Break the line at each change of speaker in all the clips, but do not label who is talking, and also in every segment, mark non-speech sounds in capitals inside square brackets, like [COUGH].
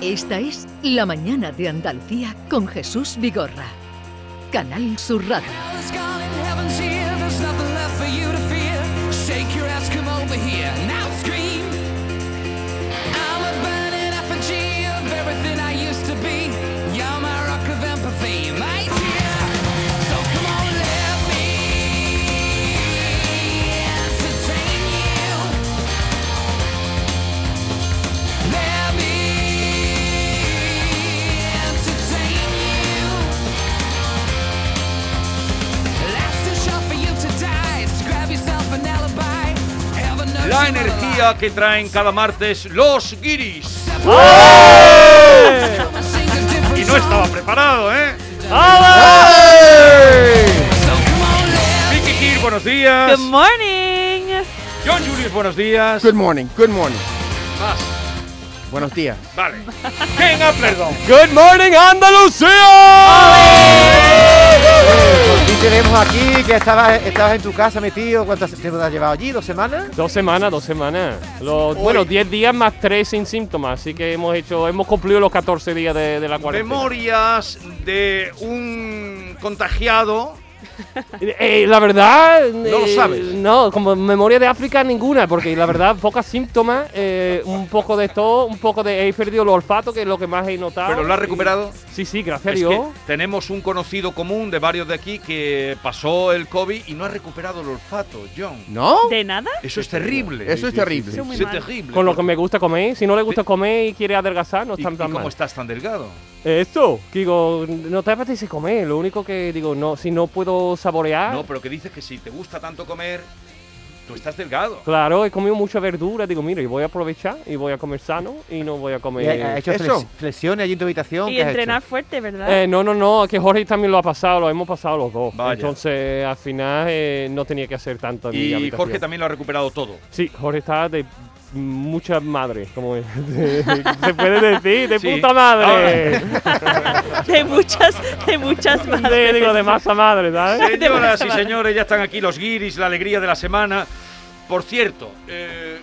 Esta es La Mañana de Andalucía con Jesús Vigorra. Canal Sur Radio.
La energía que traen cada martes los guiris. Y no estaba preparado, ¿eh? Vicky Gir, buenos días.
Good morning.
John Julius, buenos días.
Good morning, good morning.
Más.
Buenos días.
Vale. Venga, perdón.
Good morning, Andalucía. Y tenemos aquí que estabas, estabas en tu casa metido. ¿Cuántas te has llevado allí? ¿Dos semanas?
Dos semanas, dos semanas. Los, bueno, 10 días más 3 sin síntomas. Así que hemos hecho, hemos cumplido los 14 días de, de la cuarentena.
Memorias de un contagiado.
Eh, eh, la verdad.
No lo
eh,
sabes.
No, como memoria de África ninguna, porque la verdad, pocos síntomas, eh, un poco de todo, un poco de. He perdido el olfato, que es lo que más he notado.
Pero lo has
Y-
recuperado.
Sí, sí, gracias
Es
a Dios.
que tenemos un conocido común de varios de aquí que pasó el COVID y no ha recuperado el olfato, John.
¿No?
¿De nada?
Eso es terrible.
Eso es terrible.
Muy
Eso es
mal.
terrible.
¿Ah? Con lo que me gusta comer. Si no le gusta comer y quiere adelgazar, no
¿Y,
están
y
tan
cómo
mal.
estás tan delgado?
Esto, digo, no te apetece comer. Lo único que digo, no, si no puedo saborear.
No, pero que dices que si te gusta tanto comer, tú estás delgado.
Claro, he comido mucha verdura. Digo, mira, y voy a aprovechar y voy a comer sano y no voy a
Pues,
¿Y ha- ha
comer.
hecho flex-
eso.
flexiones allí en tu habitación?
Y
¿Qué has hecho?
entrenar fuerte, ¿verdad?
Eh, no, no, no, es que Jorge también lo ha pasado, lo hemos pasado los dos.
Vaya.
Entonces, al final, eh, no tenía que hacer tanto. en mi
Y
habitación.
Jorge también lo ha recuperado
[LAUGHS]
todo.
Sí, Jorge está de muchas madres, como [LAUGHS] es. se puede decir, de
Sí.
puta madre.
[LAUGHS] De muchas, de muchas
De,
madres.
digo, de masa madre, ¿sabes?
Señoras y señores, ya están aquí los guiris, la alegría de la semana. Por cierto, eh,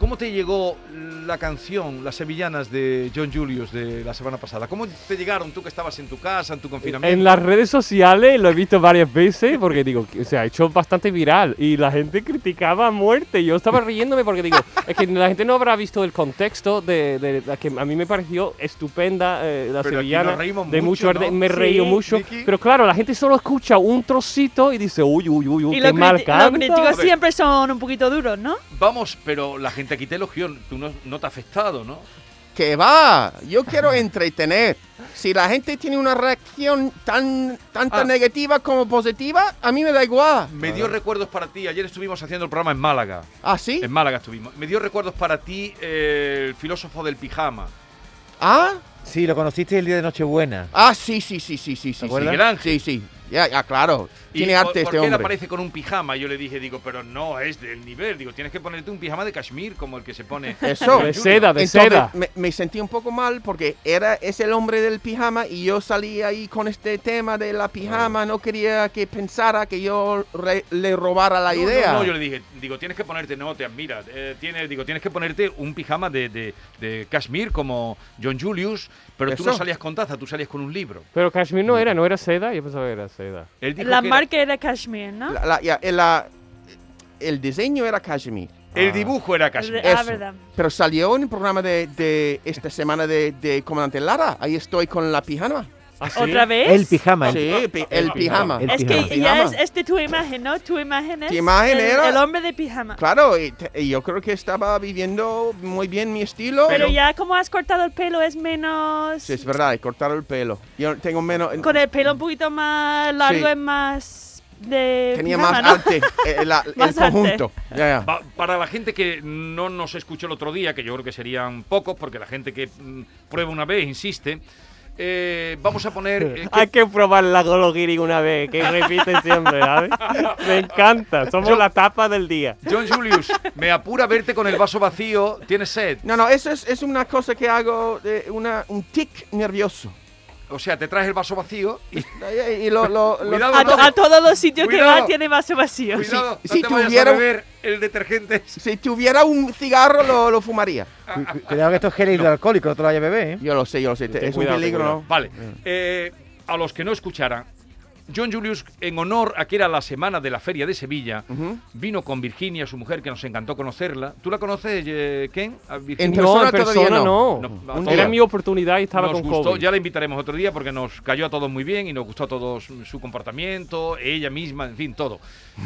¿cómo te llegó la canción, las sevillanas de John Julius de la semana pasada? ¿Cómo te llegaron tú que estabas en tu casa, en tu confinamiento?
En las redes sociales lo he visto varias veces porque digo, que se ha hecho bastante viral y la gente criticaba a muerte. Yo estaba riéndome porque digo, es que la gente no habrá visto el contexto de, de la que a mí me pareció estupenda eh, la
Pero aquí
sevillana.
nos reímos
de
mucho,
arte-
¿no?
Me he
Sí,
reído mucho.
Vicky.
Pero claro, la gente solo escucha un trocito y dice, uy, uy, uy, uy,
Y
qué
los,
mal
criti-
canta.
los críticos
ver.
siempre son un poquito duros, ¿no?
Vamos, pero la gente aquí te elogió, tú no, no te ha afectado, ¿no?
Que va, yo quiero entretener. Si la gente tiene una reacción tan tanta
Ah.
negativa como positiva, a mí me da igual.
Me dio recuerdos para ti, ayer estuvimos haciendo el programa en Málaga.
¿Ah, sí?
En Málaga estuvimos. Me dio recuerdos para ti eh, el filósofo del pijama.
¿Ah?
Sí, lo conociste el día de Nochebuena.
Ah, sí, sí, sí, sí, sí, sí.
acuerdas?
Sí,
Miguel Ángel.
sí, sí. Ya, ya, claro.
Y
Tiene
por-
arte
¿por
este
qué él
hombre.
aparece con un pijama? Yo le dije, digo, pero no es del nivel. Digo, tienes que ponerte un pijama de cashmere como el que se pone.
[LAUGHS] Eso.
De seda, de
Entonces,
seda.
Me, me sentí un poco mal porque era es el hombre del pijama y yo salí ahí con este tema de la pijama. No quería que pensara que yo re- le robara la
No, no,
idea.
No, yo le dije, digo, tienes que ponerte, no, te admira. eh, tienes, digo, tienes que ponerte un pijama de, de, de cashmere como John Julius, pero tú no
Eso.
salías con taza, tú salías con un libro.
Pero Kashmir no era, no era seda, yo pensaba que era seda.
Él dijo
La
que era-
marca era cashmere, ¿no? Ah,
La- la- ya, la- el diseño era cashmere.
el dibujo era cashmere.
Ah,
Eso.
verdad.
Pero salió en el programa de, de esta semana de, de Comandante Lara. Ahí estoy con la pijama.
¿Ah, sí?
¿Otra vez?
El pijama.
Sí, pi- el pijama.
pijama.
El
es
pijama.
que ya es
Pijama.
este tu imagen, ¿no? Tu imagen es.
Tu imagen
el,
era-
el hombre de pijama.
Claro, y te- y yo creo que estaba viviendo muy bien mi estilo.
Pero
Pero-
ya como has cortado el pelo es menos.
Sí, es verdad, cortar el pelo. Yo tengo menos...
Con el pelo un poquito más largo
Sí.
es más de
tenía
pijama,
más
¿no?
arte eh, [LAUGHS] la- el
Más arte.
conjunto. Ya, ya.
Pa- Para la gente que no nos escuchó el otro día, que yo creo que serían pocos, porque la gente que mm, prueba una vez insiste, eh, vamos a poner.
[LAUGHS]
eh,
Hay que probar la Golo Giri una vez, que repite siempre, [LAUGHS] ¿sabes? Me encanta, somos la tapa del día.
John Julius, me apura verte con el vaso vacío, tienes sed.
No, no, eso es, es una cosa que hago, de una, un tic nervioso.
O sea, te traes el vaso vacío y
Y lo, lo- lo- Ah,
Cuidado,
A, to-
no.
a todos los sitios que
Cuidado.
va tiene vaso vacío.
cuidado, no
si
te vayas
tuviera-
a beber el detergente. ese.
si tuviera un cigarro, lo, lo fumaría.
Cu- cu- Cuidado que esto es gel hidroalcohólico, no te lo vayas a beber, ¿eh?
Yo lo sé, yo lo sé. te-
Ten
es
cuidado,
un
ten
peligro,
cuidado.
¿no?
Vale. eh, a los que no escucharan, John Julius, en honor a que era la semana de la Feria de Sevilla,
Ujú.
vino con Virginia, su mujer, que nos encantó conocerla. ¿Tú la conoces, eh, Ken? A Virginia.
En
No,
persona
en
todavía
persona no.
no. No,
Un-
todavía.
Era mi oportunidad y estaba
nos
con
gustó,
COVID.
ya la invitaremos otro día porque nos cayó a todos muy bien y nos gustó a todos su comportamiento, ella misma, en fin, todo.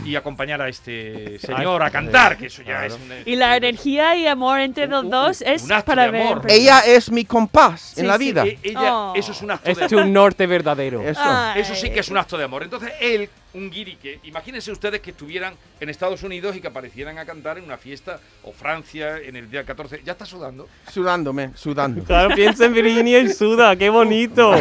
Y acompañar a este señor a cantar, que eso ya es una-
Y la energía y amor entre los
Un-
dos
un-
es
un acto
para
de amor.
ver.
Ella es mi compás
Sí,
en la
sí.
vida.
E- ella-
Oh.
eso es un acto
Este es
de
un norte verdadero.
Eso.
Ay.
Eso sí que es un acto de amor. Entonces él, un guiri que, imagínense ustedes que estuvieran en Estados Unidos y que aparecieran a cantar en una fiesta o Francia en el día 14, ya está sudando.
Sudándome, sudando.
Claro, piensa en Virginia y suda, qué bonito.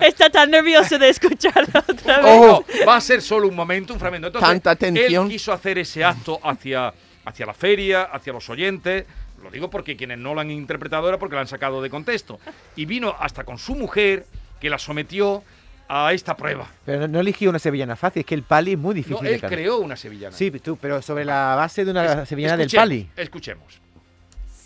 Está tan nervioso de escucharlo otra
Oh,
vez.
Ojo.
No, va a ser solo un momento, un fragmento. Entonces,
Tanta tensión.
Él quiso hacer ese acto hacia, hacia la feria, hacia los oyentes. Lo digo porque quienes no lo han interpretado era porque lo han sacado de contexto. Y vino hasta con su mujer que la sometió a esta prueba.
Pero no, no elegí una sevillana fácil, es que el pali es muy difícil
No,
de
él
cantar.
creó una sevillana.
Sí, tú, pero sobre la base de una
Es-
sevillana del
escuchemos,
pali.
Escuchemos.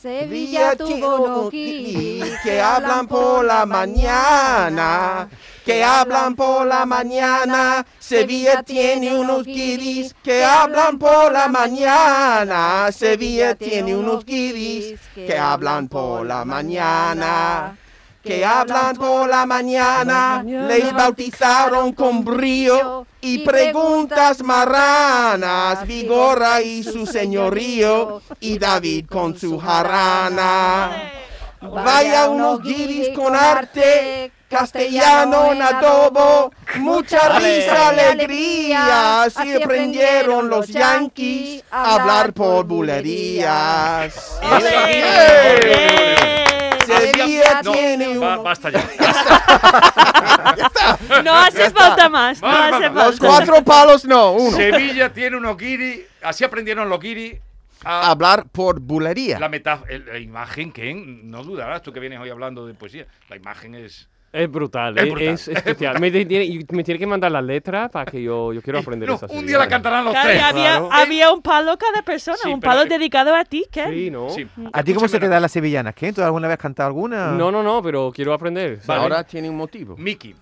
Sevilla tuvo unos guiris que hablan por la mañana, que hablan por la mañana. Sevilla tiene unos guiris que hablan por la mañana. Sevilla tiene unos guiris que hablan por la mañana.
que hablan por la mañana, les bautizaron con brío y preguntas marranas, Vigorra y su señorío y David con su jarana. Vaya unos guiris con arte, castellano en adobo, mucha risa, alegría, así aprendieron los yanquis a hablar por bulerías.
¡Ole!
Ole, ole,
¡Ole!
Sevilla
No,
tiene
ba-
unos-
basta ya.
No hace falta más, no
Bárbara,
hace
los
Los
falta.
cuatro palos no, uno.
Sevilla tiene unos guiri, así aprendieron los guiri a
Hablar por bulería.
la meta, el- la imagen que no dudarás tú que vienes hoy hablando de poesía. La imagen es
Es brutal,
Es
es,
brutal.
es especial. me, te- tiene, y me tiene que mandar la letra para que yo, yo quiero aprender
No,
esa
un
serie.
día la cantarán los
Claro,
tres.
había,
claro.
había un palo cada persona,
Sí,
un
pero-
palo dedicado a ti, ¿qué?
Sí, ¿no?
Sí.
¿A ti cómo se
Escúchame
te
una
dan las sevillanas? ¿Qué? ¿Tú alguna vez has cantado alguna?
No, no, no, pero quiero aprender. ¿sabes?
Ahora tiene un motivo.
cosa. Miki,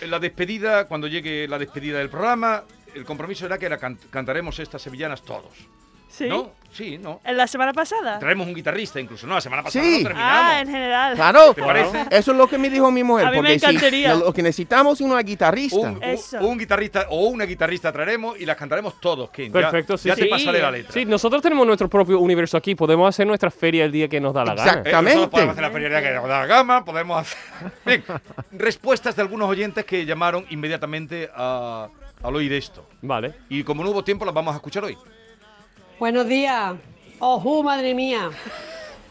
en la despedida, cuando llegue la despedida del programa, el compromiso era que la can- cantaremos estas sevillanas todos.
¿Sí?
¿No? Sí, ¿no?
¿En la semana pasada?
Traemos un guitarrista incluso, ¿no? La semana pasada
Sí.
no
Ah, en
terminamos.
general.
Claro,
¿Te parece?
eso es lo que me dijo mi mujer.
A mí me
porque si-
encantaría.
lo que necesitamos es una guitarrista.
Un, un-
Eso.
un guitarrista o una guitarrista traeremos y las cantaremos todos, Ken. Ya-
Perfecto, sí,
Ya
sí.
te pasaré la letra. Eh,
Sí, nosotros tenemos nuestro propio universo aquí. Podemos hacer nuestra feria el día que nos da la gana.
Exacto.
Eh, nosotros
Exactamente.
podemos hacer la prioridad que nos da la gama, podemos hacer... [LAUGHS] Bien, respuestas de algunos oyentes que llamaron inmediatamente a- al oír esto.
Vale.
Y como no hubo tiempo, las vamos a escuchar hoy.
Buenos días. Ojú, madre mía.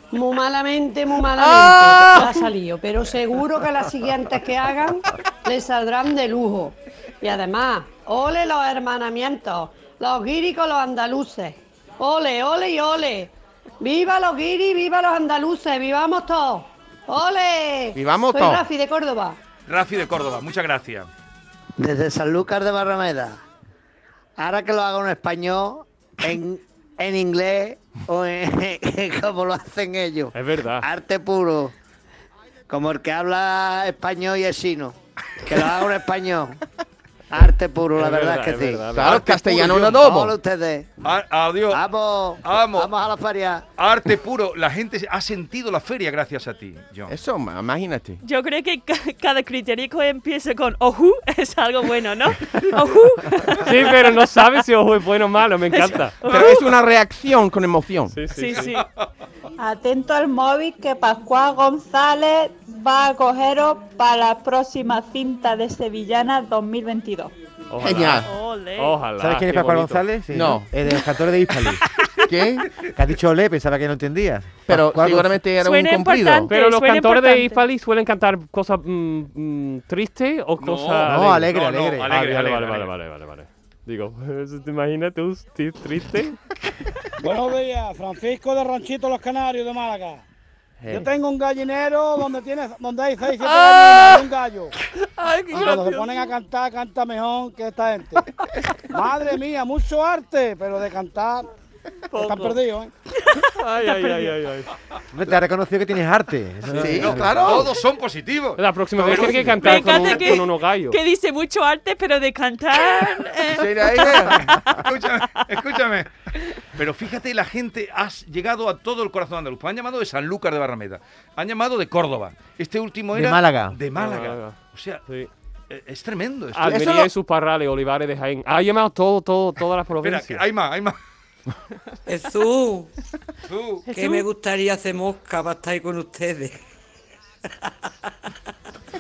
Muy malamente, muy malamente
¡Ah!
ha salido, pero seguro que las siguientes que hagan le saldrán de lujo. Y además, ole los hermanamientos, los guiris con los andaluces. Ole, ole y ole. Viva los guiris, viva los andaluces, vivamos todos. Ole.
Vivamos
Soy
todos.
Rafi de Córdoba.
Rafi de Córdoba, muchas gracias.
Desde Sanlúcar de Barrameda. Ahora que lo haga un español, en, en inglés o en- como lo hacen ellos.
Es verdad.
Arte puro. Como el que habla español y es chino. Que lo haga un español. Arte puro, la
Es
verdad, es que sí.
verdad, es
claro,
verdad.
castellano en
Hola
adobo.
ustedes.
A- adiós.
Vamos.
Vamos.
Vamos a la feria.
Arte puro. La gente ha sentido la feria gracias a ti, John.
Eso, ma- imagínate.
Yo creo que ca- cada criterio que empiece con ojú [LAUGHS] es algo
[LAUGHS]
bueno, ¿no? Ojú.
Sí, pero no sabes si ojo es bueno o malo. Me encanta.
Pero es una reacción con emoción.
Sí, sí.
Sí, sí.
Atento al móvil que Pascual González va a cogeros para la próxima cinta de Sevillana 2022.
Ojalá.
Genial.
Ole.
Ojalá.
¿Sabes quién es
qué
Pascual
bonito.
González? Sí,
No.
El de los cantores de Hispali.
¿Qué?
que has dicho ole, pensaba que no entendías.
Pero
Pascual
seguramente era un
Suena
cumplido.
importante.
Pero los
Suena
cantores de
importante.
Hispali suelen cantar cosas mm, mm, tristes o cosas.
No,
alegres.
No,
alegre,
no, alegre,
Ah,
alegre.
vale,
alegre,
vale,
alegre.
vale, vale, vale, vale. Digo, [LAUGHS] ¿te imaginas tú ti- triste?
[LAUGHS] Buenos días, Francisco de Ranchito Los Canarios de Málaga.
Eh.
Yo tengo un gallinero donde tiene, donde hay
[LAUGHS]
seis, siete gallinas
Ah.
y un gallo. Y cuando se ponen a cantar, canta mejor que esta gente.
[LAUGHS]
Madre mía, mucho arte, pero de cantar están perdidos, ¿eh?
[LAUGHS] Ay, ay, ay, ay, ay.
Hombre, Te ha reconocido que tienes arte. Eso
Sí,
es-
no, claro. Todos son positivos.
La próxima
Todos
vez tiene que
positivos.
cantar con,
encanta
un-
que-
con unos gallos.
Que dice mucho arte, pero de cantar. eh,
Será ella.
escúchame, escúchame. Pero fíjate, la gente has llegado a todo el corazón andaluz. Han llamado de Sanlúcar de Barrameda, han llamado de Córdoba. Este último
De
era
Málaga.
De
De
Málaga.
Málaga. Ah,
O sea,
Sí.
eh, es tremendo esto.
Almería
Eso lo-
y sus parrales, Olivares de Jaén. Ha llamado todo, todo, todas las
Espera,
provincias.
que hay más, hay más.
Jesús,
Tú.
que me gustaría hacer mosca para estar con ustedes.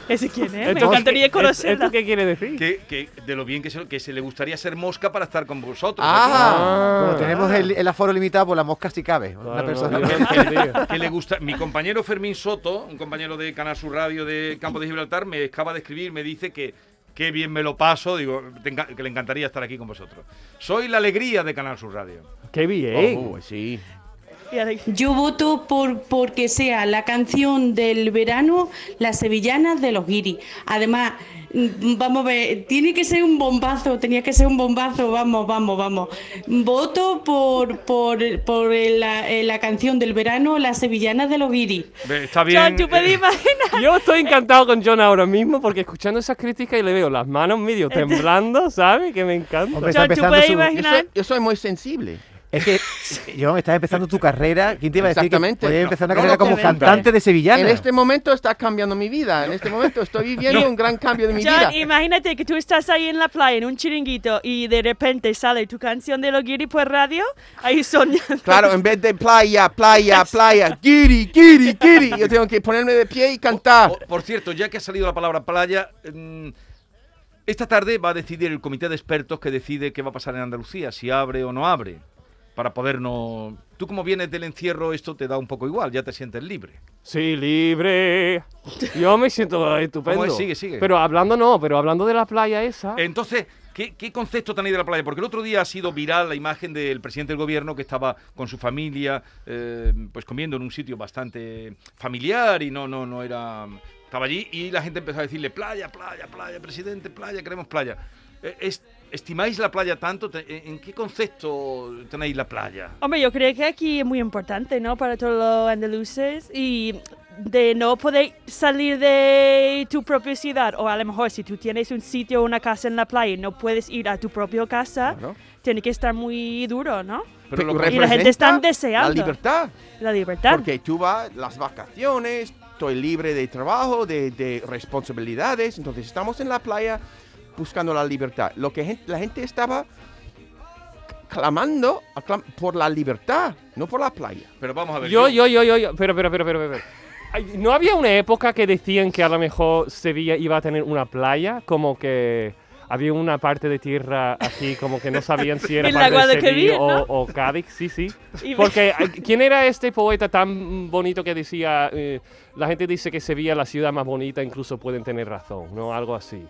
¿Ese quién es? Me
Entonces,
encantaría conocerla.
¿Esto qué quiere decir?
Que, que de lo bien que se, que se le gustaría ser mosca para estar con vosotros.
Ah, como tenemos el, el aforo limitado, por las moscas si cabe.
Claro,
Una
no,
persona.
Dios.
que le gusta. Mi compañero Fermín Soto, un compañero de Canal Sur Radio de Campo de Gibraltar, me acaba de escribir, me dice que qué bien me lo paso, digo, "Te enca- que le encantaría estar aquí con vosotros. Soy la alegría de Canal Sur Radio.
¡Qué bien!
Oh, sí.
Y ahí-
Yo voto por porque sea la canción del verano, las sevillanas de los guiris. Además, mm, vamos a ver, tiene que ser un bombazo, tenía que ser un bombazo, vamos, vamos, vamos. Voto por, por, por la, eh, la canción del verano, las sevillanas de los guiris.
Ve, Está
John,
bien.
¿tú puedes
eh,
[LAUGHS]
imaginar?
Yo estoy encantado con John ahora mismo porque escuchando esas críticas y le veo las manos medio temblando, ¿sabes? Que me encanta.
Hombre, está
John, ¿tú
empezando
puedes
su-
Yo
imaginar?
soy, yo soy muy sensible.
Es [LAUGHS] que, John, estás empezando tu carrera. ¿Quién te iba a decir que
Exactamente.
podías empezar una
No, no,
carrera como
obviamente.
cantante de sevillana?
En este momento está cambiando mi vida. En este momento estoy viviendo un gran cambio de mi vida.
John, imagínate que tú estás ahí en la playa, en un chiringuito, y de repente sale tu canción de los guiri por radio, ahí [LAUGHS] soñando.
Claro, en vez de playa, playa, playa, giri, giri, giri, yo tengo que ponerme de pie y cantar.
o- Oh, por cierto, ya que ha salido la palabra playa, mm, esta tarde va a decidir el comité de expertos que decide qué va a pasar en Andalucía, si abre o no abre, para podernos... Tú como vienes del encierro, esto te da un poco igual, ya te sientes libre.
Sí, libre. Yo me siento estupendo.
¿Cómo es? Sigue, sigue. Eh,
Pero hablando no, pero hablando de la playa esa.
Entonces, ¿qué, qué concepto tenéis de la playa? Porque el otro día ha sido viral la imagen del presidente del gobierno que estaba con su familia, eh, pues comiendo en un sitio bastante familiar y no, no, no era. Estaba allí y la gente empezó a decirle playa, playa, playa, presidente, playa, queremos playa. Eh, es- ¿Estimáis la playa tanto? Te- eh, ¿En en qué concepto tenéis la playa?
Hombre, yo creo que aquí es muy importante, ¿no? Para todos los andaluces y de no poder salir de tu propia ciudad o a lo mejor si tú tienes un sitio o una casa en la playa y no puedes ir a tu propia casa, tiene que estar muy duro, ¿no?
Pero lo-
Y la gente está deseando.
La libertad.
La libertad.
Porque tú vas las vacaciones, estoy libre de trabajo, de, de responsabilidades. Entonces estamos en la playa buscando la libertad. Lo que gen- la gente estaba clamando aclam- por la libertad, no por la playa.
Pero vamos a ver.
Yo, yo, yo, yo, yo. Pero, pero, pero, pero, pero. Ay, ¿No había una época que decían que a lo mejor Sevilla iba a tener una playa? Como que había una parte de tierra así, como que no sabían si [LAUGHS] era
En la
parte de
Guadalquivir,
Sevilla o-
¿no?
o, Cádiz, sí, sí.
Y-
Porque, ay, ¿quién era este poeta tan bonito que decía, eh, la gente dice que Sevilla es la ciudad más bonita, incluso pueden tener razón, ¿no? Algo así.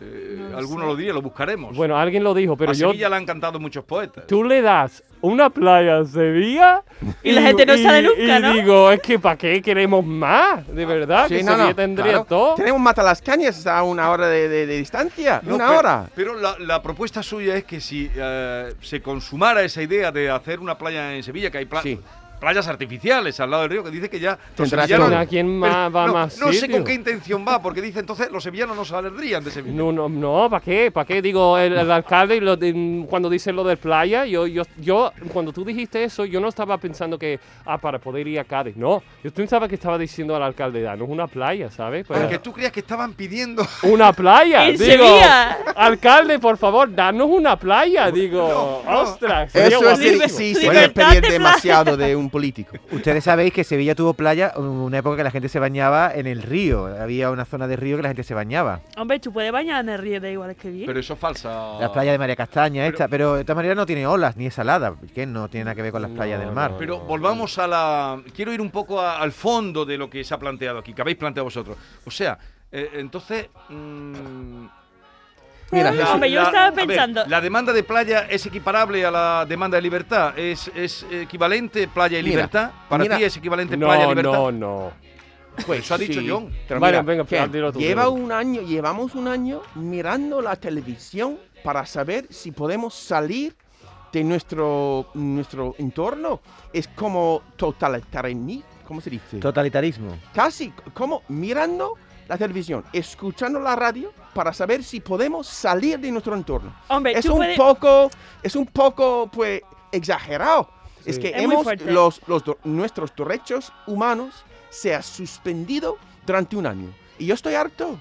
eh, alguno lo diría, lo buscaremos.
Bueno, alguien lo dijo, pero
a
yo...
Sevilla le han cantado muchos poetas.
Tú le das una playa a Sevilla
Y la gente no sale nunca,
y
¿no?
digo, es que ¿para qué queremos más? De verdad,
Ah,
Sí,
que
no,
Sevilla
no,
tendría
claro.
todo.
Tenemos mata las cañas a una hora de, de- de distancia.
No,
una
pe-
hora.
Pero la, la propuesta suya es que si eh, se consumara esa idea de hacer una playa en Sevilla, que hay pla-
Sí.
playas artificiales al lado del río, que dice que ya los
Tendrá
sevillanos-
que-
¿A quién más
Pero
va
no,
más
No sé
sitio?
con qué intención va, porque dice entonces los sevillanos no saldrían de Sevilla.
No, no, no, ¿para qué? ¿Para qué? Digo, el, el alcalde y lo de- mm, cuando dice lo del playa, yo, yo, yo, cuando tú dijiste eso, yo no estaba pensando que, ah, para poder ir a Cádiz, no. Yo pensaba que estaba diciendo al alcalde, danos una playa, ¿sabes? Pero-
Porque tú creías que estaban pidiendo.
Una playa,
En
digo,
Sevilla.
alcalde, por favor, danos una playa, digo,
no.
ostras, sería
Eso es
guapísimo.
sí, sí,
Liber- libertad
sería
de
pedir
playa.
demasiado de un [LAUGHS] político.
Ustedes sabéis que Sevilla tuvo playa en una época que la gente se bañaba en el río. Había una zona de río que la gente se bañaba.
Hombre, tú puedes bañar en el río de igual que bien.
Pero eso es falsa.
La playa de María Castaña, esta. Pero de todas maneras no tiene olas ni es salada, que no tiene nada que ver con las
No,
playas del
no,
mar.
no.
Pero volvamos a la. Quiero ir un poco a- al fondo de lo que se ha planteado aquí, que habéis planteado vosotros. O sea, eh, entonces. mm,
Mira,
No, hombre, yo estaba
a ver,
pensando.
la demanda de playa es equiparable a la demanda de libertad. ¿Es, es equivalente playa y
Mira,
libertad? ¿Para
mira.
ti es equivalente
No,
playa y libertad?
no, no.
Pues eso ha dicho
Sí,
John.
pero mira,
Vale, venga,
que
dilo tú,
lleva
dilo tú.
un año, llevamos un año mirando la televisión para saber si podemos salir de nuestro nuestro entorno. Es como totalitarismo, ¿cómo se dice?
Totalitarismo.
Casi como mirando la televisión, escuchando la radio para saber si podemos salir de nuestro entorno.
Hombre,
es
tú
un
puedes-
poco, es un poco, pues, exagerado. Es que
Es muy
hemos
fuerte.
los, los do- nuestros derechos humanos se ha suspendido durante un año y yo estoy harto.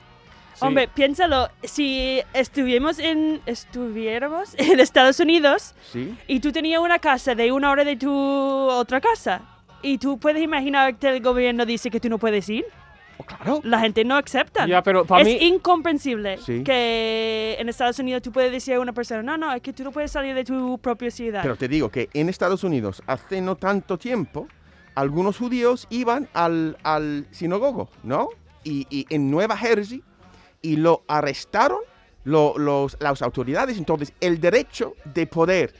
Hombre, piénsalo, si estuvimos en, estuviéramos [LAUGHS] en Estados Unidos
Sí.
y tú tenías una casa de una hora de tu otra casa y tú puedes imaginar que el gobierno dice que tú no puedes ir.
Oh, Claro.
La gente no acepta.
Ya, pero pa'
es
mí-
incomprensible
Sí.
que en Estados Unidos tú puedes decir a una persona, no, no, es que tú no puedes salir de tu propia ciudad.
Pero te digo que en Estados Unidos, hace no tanto tiempo, algunos judíos iban al, al sinagogo, ¿no? Y, y en Nueva Jersey, y lo arrestaron lo- los, las autoridades. Entonces, el derecho de poder,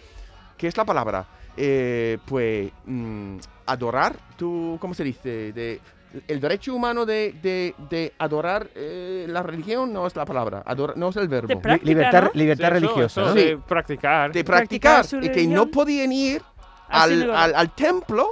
¿qué es la palabra? Eh, pues, mm, adorar, tu, ¿cómo se dice? De, el derecho humano de, de- de adorar eh, la religión no es la palabra, ador- no es el verbo.
práctica,
libertad- ¿no? libertad
Sí, eso,
religiosa,
eso
¿no?
de practicar.
de practicar,
su
y que no
religión.
podían ir
Al
al,
sinagoga.
al- al templo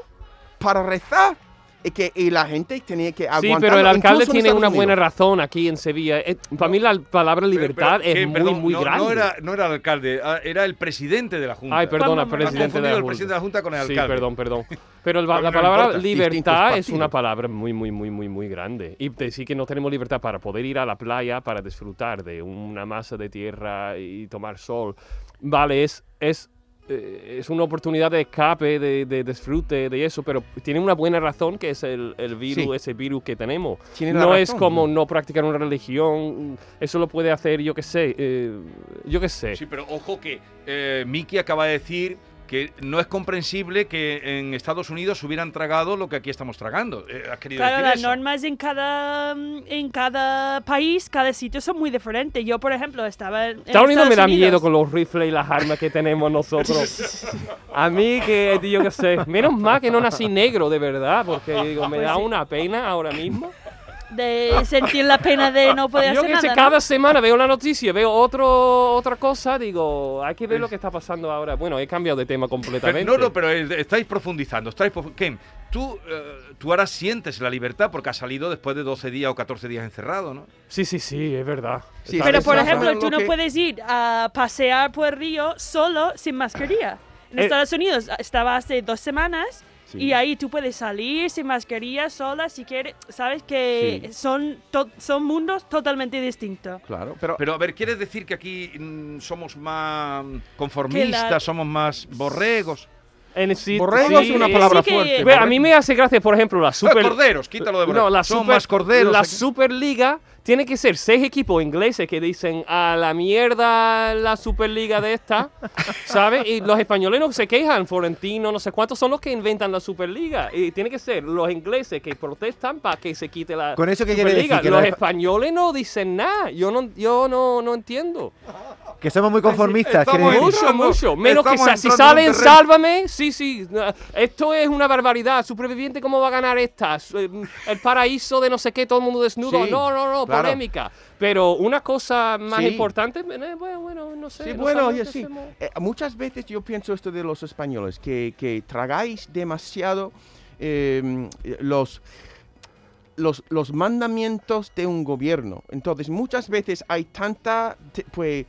para rezar. Y, que, y la gente tenía que
Sí,
aguantar.
pero el alcalde tiene una buena razón aquí en Sevilla. Eh, Para mí la palabra libertad
Pero,
es
que,
muy,
perdón,
muy
no,
grande.
No era, no era el alcalde, ah, era el presidente de la Junta.
Ay, perdona,
Ha
presidente de
confundido
la
el
Junta.
presidente de la Junta con el
Sí,
alcalde.
perdón, perdón. Pero el va-
Pero
la
no
palabra
importa.
libertad es
Distintos
una palabra muy, muy, muy, muy, muy grande. Y decir que no tenemos libertad para poder ir a la playa, para disfrutar de una masa de tierra y tomar sol. Vale, es, es, eh, es una oportunidad de escape, de, de disfrute, de eso, pero tiene una buena razón que es el, el virus,
Sí.
ese virus que tenemos.
Tiene la
No es
razón.
como no practicar una religión. Eso lo puede hacer, yo qué sé. eh, yo qué sé.
Sí, pero ojo que eh, Miki acaba de decir que no es comprensible que en Estados Unidos hubieran tragado lo que aquí estamos tragando. Eh, has querido
Claro,
decir
las
eso.
normas en cada, mm, en cada país, cada sitio son muy diferentes. Yo, por ejemplo, estaba en
Estados Unidos me da
Unidos.
miedo con los rifles y las armas que tenemos nosotros. A mí que yo qué sé. Menos mal que no nací negro, de verdad, porque digo, me
Pues
da
sí.
una pena ahora mismo.
de sentir la pena de no poder
Yo
hacer
que sé,
nada. ¿no?
cada semana veo una noticia, veo otro, otra cosa, digo, hay que ver lo que está pasando ahora. Bueno, he cambiado de tema completamente.
Pero- no, no, pero eh, estáis profundizando. Estáis profu- Ken, tú, eh, tú ahora sientes la libertad porque has salido después de 12 días o 14 días encerrado, ¿no?
Sí, sí, sí, es verdad.
Sí,
Pero, por
Exacto.
ejemplo,
Lo
tú no
que-
puedes ir a pasear por el río solo sin mascarilla. En
Eh,
Estados Unidos ah, estaba hace dos semanas
Sí.
y ahí tú puedes salir sin mascarilla sola si quieres. Sabes que
Sí.
son, to- son mundos totalmente distintos.
Claro, pero...
a ver, ¿quieres decir que aquí mm, somos más conformistas,
Que la-
somos más borregos?
En sí-
Borrego
sí,
es una
eh,
palabra
sí
fuerte,
Ve, a
borrego.
mí me hace gracia, por ejemplo, la Super...
Pues corderos, quítalo de borrego.
No, la
Son
super,
más corderos
La
aquí.
Superliga tiene que ser seis equipos ingleses que dicen a la mierda la Superliga
[LAUGHS]
de esta, ¿sabes? Y los españoles no se quejan, Florentino, no sé cuántos son los que inventan la Superliga. Y tiene que ser los ingleses que protestan para que se quite la
¿Con eso qué quiere
Superliga.
decir? Que
los
los espa-
españoles no dicen nada. Yo no, yo no, no entiendo.
Que somos muy conformistas. quiere decir.
Mucho, mucho. Menos que
Estamos
sa- si
entrando en
salen,
un terreno-
sálvame. Sí, sí. na- Esto es una barbaridad. Superviviente, ¿cómo va a ganar esta? Su- em, El paraíso de no sé qué, todo el mundo desnudo.
Sí,
no, no, no,
claro.
polémica. Pero una cosa más
Sí.
importante, eh, bueno, bueno, no sé.
Sí,
no
bueno,
sabemos
oye,
qué
sí.
hacemos.
Eh, muchas veces yo pienso esto de los españoles, que, que tragáis demasiado eh, los, los, los mandamientos de un gobierno. Entonces, muchas veces hay tanta, te- pues,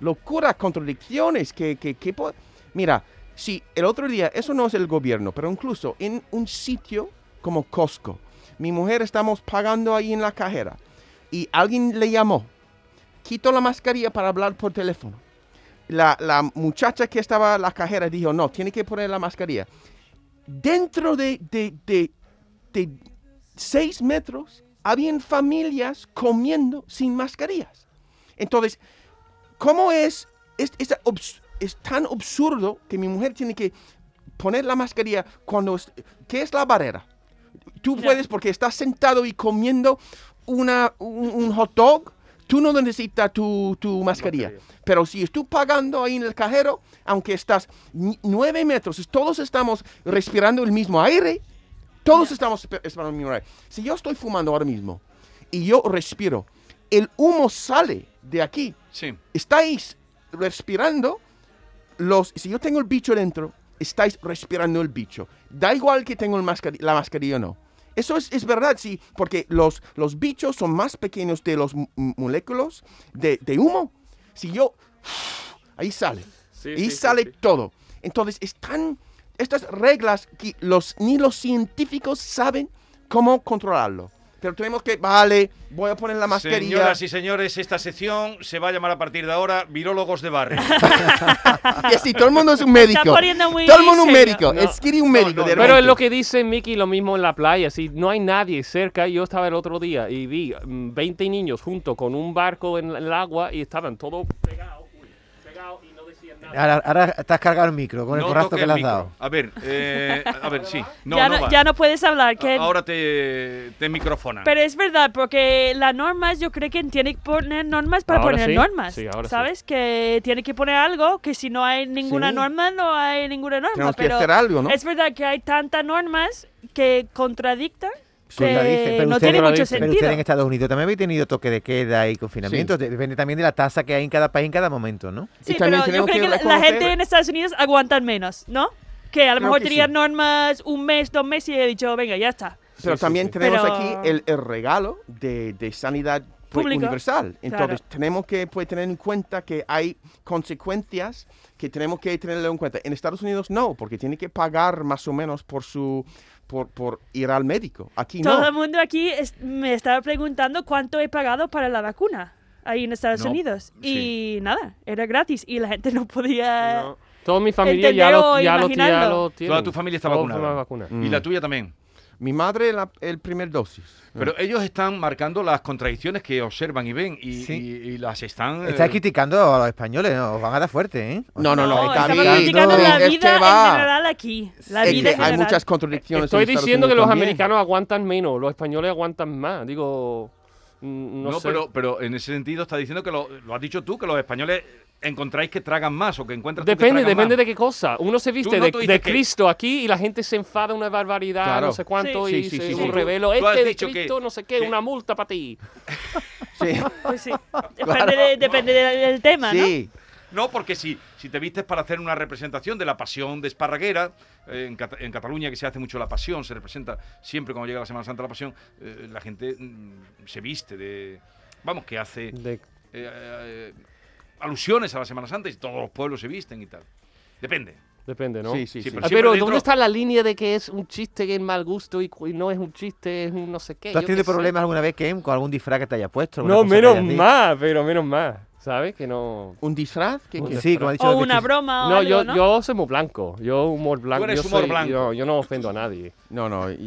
locura, contradicciones, que, que, que po- Mira, si el otro día, eso no es el gobierno, pero incluso en un sitio como Costco, mi mujer estamos pagando ahí en la cajera y alguien le llamó quito la mascarilla para hablar por teléfono. La, la muchacha que estaba en la cajera dijo, no, tiene que poner la mascarilla. Dentro de, de, de- de seis metros, habían familias comiendo sin mascarillas. Entonces, ¿cómo es, es, es abs- es tan absurdo que mi mujer tiene que poner la mascarilla cuando... es- ¿Qué es la barrera? Tú puedes porque estás sentado y comiendo una, un, un hot dog. tú no necesitas tu, tu mascarilla. Pero si estás pagando ahí en el cajero, aunque estás ni- nueve metros, todos estamos respirando el mismo aire. Todos estamos espe- respirando el mismo aire. Si yo estoy fumando ahora mismo y yo respiro, el humo sale de aquí. Estáis respirando los, si yo tengo el bicho dentro, estáis respirando el bicho. Da igual que tengo el mascari- la mascarilla o no. Eso es, es verdad, sí, porque los, los bichos son más pequeños de los mo- moléculas de, de humo. Si yo... Ahí sale.
sí,
ahí
sí,
sale todo. Entonces, están estas reglas que los, ni los científicos saben cómo controlarlo. Pero tenemos que, vale, voy a poner la mascarilla.
Señoras y señores, esta sección se va a llamar a partir de ahora Virólogos de Barrio.
Y así, todo el mundo es un médico.
Está poniendo muy
todo el mundo un
serio.
médico.
No.
Es Skiri un médico. de
Pero es
repente.
lo que dice Mickey, lo mismo en la playa. Si no hay nadie cerca, yo estaba el otro día y vi mm, 20 niños junto con un barco en el agua y estaban todos pegados.
Ahora, ahora estás cargado el micro con el
No
porrazo
toque
que
el
le has
micro.
dado.
A ver, eh, a ver, sí. No,
ya,
no,
no,
va. Ah,
ya no puedes hablar. que-
Ahora te, te microfona.
Pero es verdad, porque las normas, yo creo que tiene que poner normas para
Ahora
poner
sí,
normas.
sí, ahora sí.
¿Sabes? Que tiene que poner algo, que si no hay ninguna
Sí.
norma, no hay ninguna norma.
Tenemos que
pero
hacer algo, ¿no?
Es verdad que hay tantas normas que contradictan.
Sí,
que
lo dicen,
no
ustedes-
tiene mucho
Pero
sentido.
ustedes en Estados Unidos también habéis tenido toque de queda y confinamiento. De- Depende también de la tasa que hay en cada país en cada momento, ¿no?
Sí, pero yo creo que, la- la gente en Estados Unidos aguantan menos, ¿no? Que a lo
Creo
mejor
que sí.
tenían normas un mes, dos meses y he dicho, venga, ya está.
Pero también tenemos
Pero-
aquí el, el regalo de, de sanidad pues,
Pública,
universal. Entonces,
claro.
tenemos que pues, tener en cuenta que hay consecuencias que tenemos que tenerlo en cuenta. En Estados Unidos no, porque tiene que pagar más o menos por su por, por ir al médico. Aquí
Todo el
no.
mundo aquí es- me estaba preguntando cuánto he pagado para la vacuna ahí en Estados
No,
Unidos. Y nada, era gratis y la gente no podía...
Toda mi
familia ya lo- Entenderlo, ya lo- ya imaginarlo. lo tienen.
Toda tu familia está
Todos
vacunada.
fuimos vacunados.
Y
Mm.
la tuya también.
Mi madre la- el primer dosis.
Pero ellos están marcando las contradicciones que observan y ven y, y- y las están. eh,
Está criticando a los españoles, ¿no? os van a dar fuerte, ¿eh?
No, no, no,
Estáis
David,
Estamos criticando la
es que
vida
va.
en general aquí. La
Es
vida
que
en
hay
general.
muchas contradicciones.
Estoy
en Estados
diciendo que
Unidos
los
también.
americanos aguantan menos, los españoles aguantan más. Digo, mm, no,
No,
sé.
pero, pero en ese sentido está diciendo que lo, lo has dicho tú, que los españoles encontráis que tragan más o que encuentran tú que
Depende,
tragan
depende
más.
de qué cosa. Uno se viste
no,
de,
tú
de
dices que-
Cristo aquí y la gente se enfada una barbaridad,
Claro.
no sé cuánto,
Sí.
y
Sí, sí,
se-
sí,
un
sí.
revelo.
Tú has
Este de
dicho que-
Cristo, no sé qué,
que-
una multa para ti.
Pues
[LAUGHS]
sí, depende,
Claro.
de- depende del, del tema, ¿no?
No, porque si, si te vistes para hacer una representación de la pasión de Esparraguera, eh, en, Cata- en Cataluña que se hace mucho la pasión, se representa siempre cuando llega la Semana Santa la pasión, eh, la gente mm, se viste de... Vamos, que hace eh, eh, alusiones a la Semana Santa y todos los pueblos se visten y tal. Depende.
Depende, ¿no?
Sí, sí, sí.
Ah,
Pero
Pero,
siempre dentro-
¿dónde está la línea de que es un chiste que es mal gusto y, cu- y no es un chiste, es un no sé qué?
¿Tú has
Yo
tenido
qué sé.
problemas alguna vez, Ken, con algún disfraz que te haya puesto? alguna
No,
cosa que
menos
hayas dicho?
más, pero menos más. ¿Sabes? Que no.
¿Un disfraz?
Un quieres? sí, como ha dicho O el una vestido.
Ah,
broma o
No,
algo,
yo,
¿no?
yo soy muy blanco. Yo humor blanco.
eres
yo
humor
soy-
blanco.
Yo, yo no ofendo
[LAUGHS]
a nadie.
No, no. y-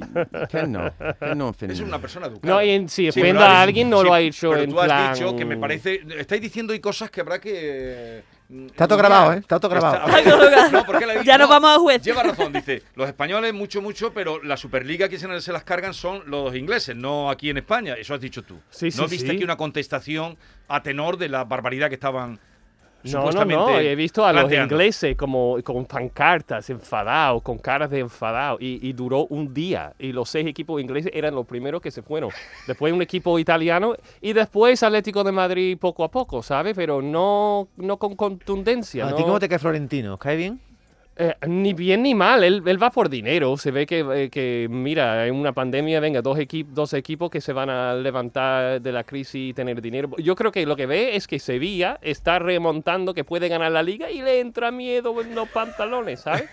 Ken no. Ken no ofende.
Es una persona educada.
No, y en- si
Sí, pero
ofenda a
has-
alguien, no
sí,
lo ha hecho
pero
en
tú has
plan-
dicho que me parece... Estáis diciendo y cosas que habrá que... mm,
Está todo
lidiar.
grabado, ¿eh? Está todo grabado.
Está- No, porque
[LAUGHS]
la-
Ya nos vamos a juez.
Lleva razón, dice. Los españoles mucho, mucho, pero la Superliga que se se las cargan son los ingleses, no aquí en España. Eso has dicho tú.
Sí, sí,
no viste
sí.
aquí una contestación a tenor de la barbaridad que estaban
No, no,
supuestamente
no. He visto a los
planteando.
ingleses como con pancartas, enfadados, con caras de enfadados. Y, y duró un día. Y los seis equipos ingleses eran los primeros que se fueron. Después un equipo italiano y después Atlético de Madrid poco a poco, ¿sabes? Pero no, no con contundencia.
¿A
¿no?
ti cómo te cae Florentino? ¿Os ¿Cae bien?
Eh, ni bien ni mal, él, él va por dinero. Se ve que, eh, que, mira, en una pandemia, venga, dos, equi- dos equipos que se van a levantar de la crisis y tener dinero. Yo creo que lo que ve es que Sevilla está remontando, que puede ganar la liga y le entra miedo en los pantalones, ¿sabes?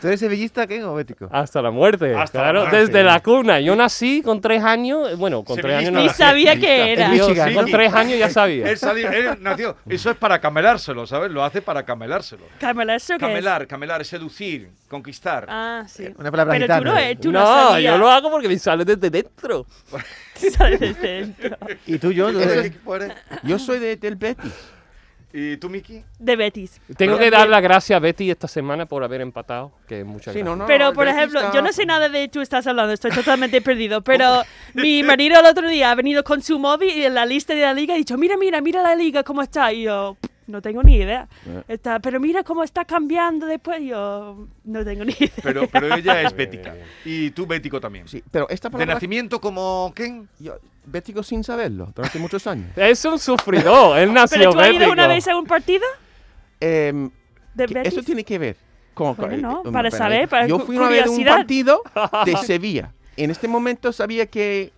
¿Tú eres sevillista, Ken, o bético?
Hasta la muerte,
Hasta la
claro,
muerte.
desde la cuna. Yo nací con tres años, eh, bueno, con tres
Sevillista.
años no
Ni
nací.
sabía que era.
Yo
Michigan,
con
¿no?
tres años ya sabía.
Él
[LAUGHS]
salió- él nació- Eso es para camelárselo, ¿sabes? Lo hace para camelárselo.
¿Camelarse o qué es?
Camelar, camelar, es seducir, conquistar.
Ah, sí.
Una palabra
Pero tú
gitana.
no, eh, tú no,
No,
sabías.
yo
[LAUGHS]
lo hago porque me sale desde dentro.
Tú sabes desde dentro.
¿Y tú, yo?
Yo soy de- del Betis.
¿Y tú, Miki?
De Betis.
Tengo que dar la gracia a Betty esta semana por haber empatado, que muchas
Sí,
gracias.
pero, por ejemplo, yo no sé nada de tú estás hablando,
[LAUGHS]
estoy totalmente perdido.
Oh.
Pero mi marido el otro día ha venido con su móvil y en la lista de la liga ha dicho, mira, mira, mira la liga, cómo está. Y yo, no tengo ni idea.
Eh.
Está, pero mira cómo está cambiando después. Yo, no tengo ni idea.
[LAUGHS]
Pero,
[LAUGHS]
pero ella es bética. Y tú, bético también. Sí,
pero esta
¿De nacimiento como Ken?
bético sin saberlo, durante muchos
[LAUGHS]
años.
Es un sufridor, él
¿Pero
nació
tú has ido
bético.
una vez a un partido?
Em,
¿De
que
Betis?
Eso tiene que ver con... con-
Bueno, no,
eh,
para
espera,
saber, para
Yo
cu-
fui una vez a un
curiosidad. [LAUGHS]
partido de Sevilla. En este momento sabía que...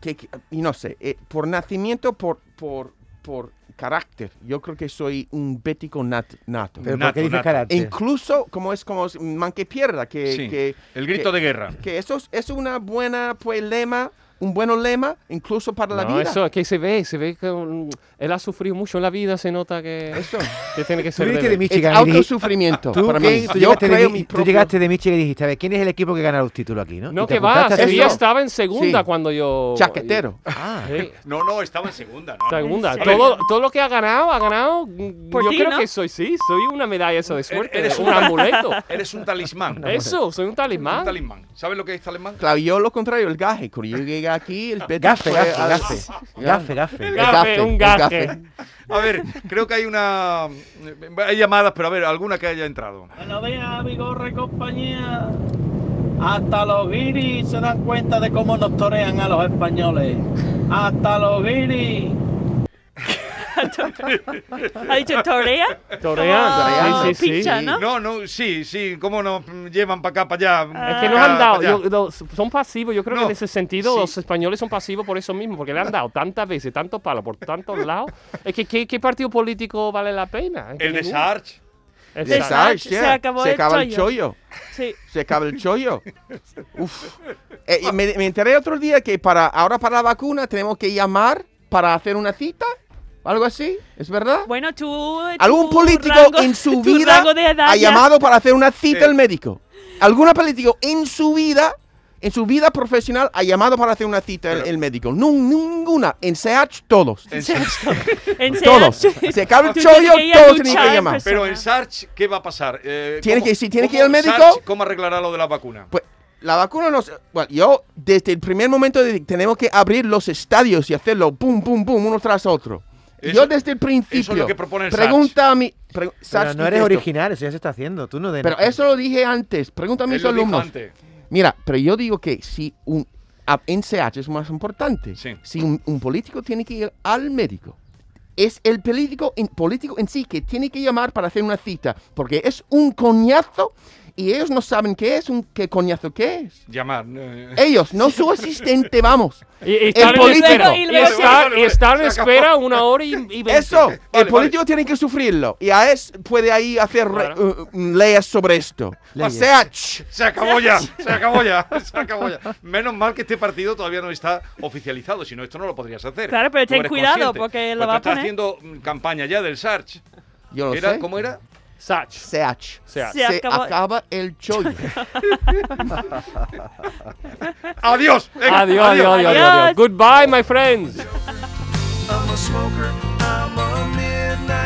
que- que- y no sé, eh, por nacimiento, por, por, por carácter, yo creo que soy un bético nat- nato. E
Pero ¿por Nato, qué dices nato. carácter?
Incluso como es como es, man que pierda, que...
Sí,
que-
el grito
que-
de guerra.
Que eso es, es una buena, pues, lema, un buen lema, incluso para la
No,
vida.
eso es que se ve, se ve que mm, él ha sufrido mucho en la vida, se nota que.
Eso.
Que tiene que
Tú
ser.
viniste de
vez.
Michigan. y dijiste-
autosufrimiento
[LAUGHS] Tú,
para
Ken,
mí.
tú
Yo
llegaste, de,
creo
Mi-
mi
tú
propio-
llegaste de Michigan y dijiste, a ver, ¿quién es el equipo que gana los títulos aquí? No,
No,
Y te
que va,
apuntaste a
Sevilla
Sevilla.
estaba en segunda
Sí.
cuando yo.
Chaquetero.
Ah, sí.
No, no, estaba en segunda. ¿no?
Segunda.
A ver,
Todo, todo lo que ha ganado, ha ganado. mm,
Por
yo
ti,
creo
¿no?
que soy, sí, soy una medalla eso de
Eh,
suerte.
eres
un
un-
[LAUGHS]
amuleto.
Eres un
[LAUGHS]
talismán.
Eso, soy un talismán.
Un talismán. ¿Sabes lo que es talismán?
Claro, yo lo contrario, el gaje. Cuando yo llegué aquí, el Betis
Ah, Gafe,
fue
gafe,
al-
gafe.
Ya.
Gafe, gafe.
El
Gafe, un
el
gafe.
A ver, creo que hay una. Hay llamadas, pero a ver, alguna que haya entrado.
Buenos días, Vigorra y compañía. Hasta los guiris se dan cuenta de cómo nos torean a los españoles. Hasta los guiris.
¿Ha dicho torea?
Torea,
Como
sí, sí, sí.
pincha, ¿no?
No, no, sí, sí. ¿Cómo nos llevan para acá, para allá?
Es que nos
pa'
han
acá,
dado,
pa' allá?
yo- no, son pasivos, yo creo que en ese sentido
sí.
los españoles son pasivos por eso mismo, porque le han dado tantas veces, tantos palos por tantos lados. Es que ¿qué, qué partido político vale la pena? Es que
El de
ninguno.
Sarch.
El
De Sarch,
Sarch.
yeah.
se acabó
se
el
acaba el chollo.
chollo. Sí.
Se acaba el chollo. Uf. Eh, y me, me enteré otro día que para ahora para la vacuna tenemos que llamar para hacer una cita, algo así, ¿es verdad?
Bueno, tú...
¿Algún
tu
político
rango-
en su
[LAUGHS] tu
vida
rango de edad
ha
ya-
llamado para hacer una cita
Eh.
al médico? ¿Algún político en su vida, en su vida profesional, ha llamado para hacer una cita al al médico? Nun- ninguna. En SEACH, todos.
En
Todos.
serio.
Se acaba el
Tú
chollo,
tienes que ir a
todos tienen
duchar
que
en
llamar.
Pero en Sarch, ¿qué va a pasar? Eh,
Tiene
¿cómo-
que- si tiene que ir
cómo
al médico-
Sarch, ¿Cómo arreglará lo de la vacuna?
Pues la vacuna no se- Bueno, yo desde el primer momento de- tenemos que abrir los estadios y hacerlo pum, pum, pum, uno tras otro.
Eso-
yo desde el principio.
eso es lo que propone el
Pregunta a mi. pre-
Pero
Sarch
no
dice
eres
esto.
original, eso ya se está haciendo. Tú no de
Pero eso lo dije antes. Pregunta a mis
Él lo dijo
alumnos.
antes.
Mira, pero yo digo que si un a- en CH es más importante. Si un, un político tiene que ir al médico. Es el político en, político en sí que tiene que llamar para hacer una cita. Porque es un coñazo y ellos no saben qué es, un qué coñazo qué es.
Llamar. eh.
Ellos, no su asistente, vamos.
Y, y estar en espera, y estar- y estar en
Se acabó.
espera una hora y, y veinte.
Eso, el político tiene que sufrirlo. Y a es puede ahí hacer re- uh, uh, leyes sobre esto. O
Leyes.
sea,
Se acabó ya, se acabó ya, [LAUGHS] se acabó ya. Menos mal que este partido todavía no está oficializado, si no, esto no lo podrías hacer.
Claro, pero
Tú
ten
eres
cuidado,
consciente.
porque lo
Pues
va
tú
a
estás
poner.
haciendo mm, campaña ya del Sarch.
Yo lo
Era-
sé.
¿Cómo era?
Sach.
Seach.
Seach.
Se
Se,
acabó-
acaba el chollo.
Adiós, venga,
adiós, adiós, adiós, adiós, adiós. Goodbye, my friends.
I'm a smoker, I'm a midnight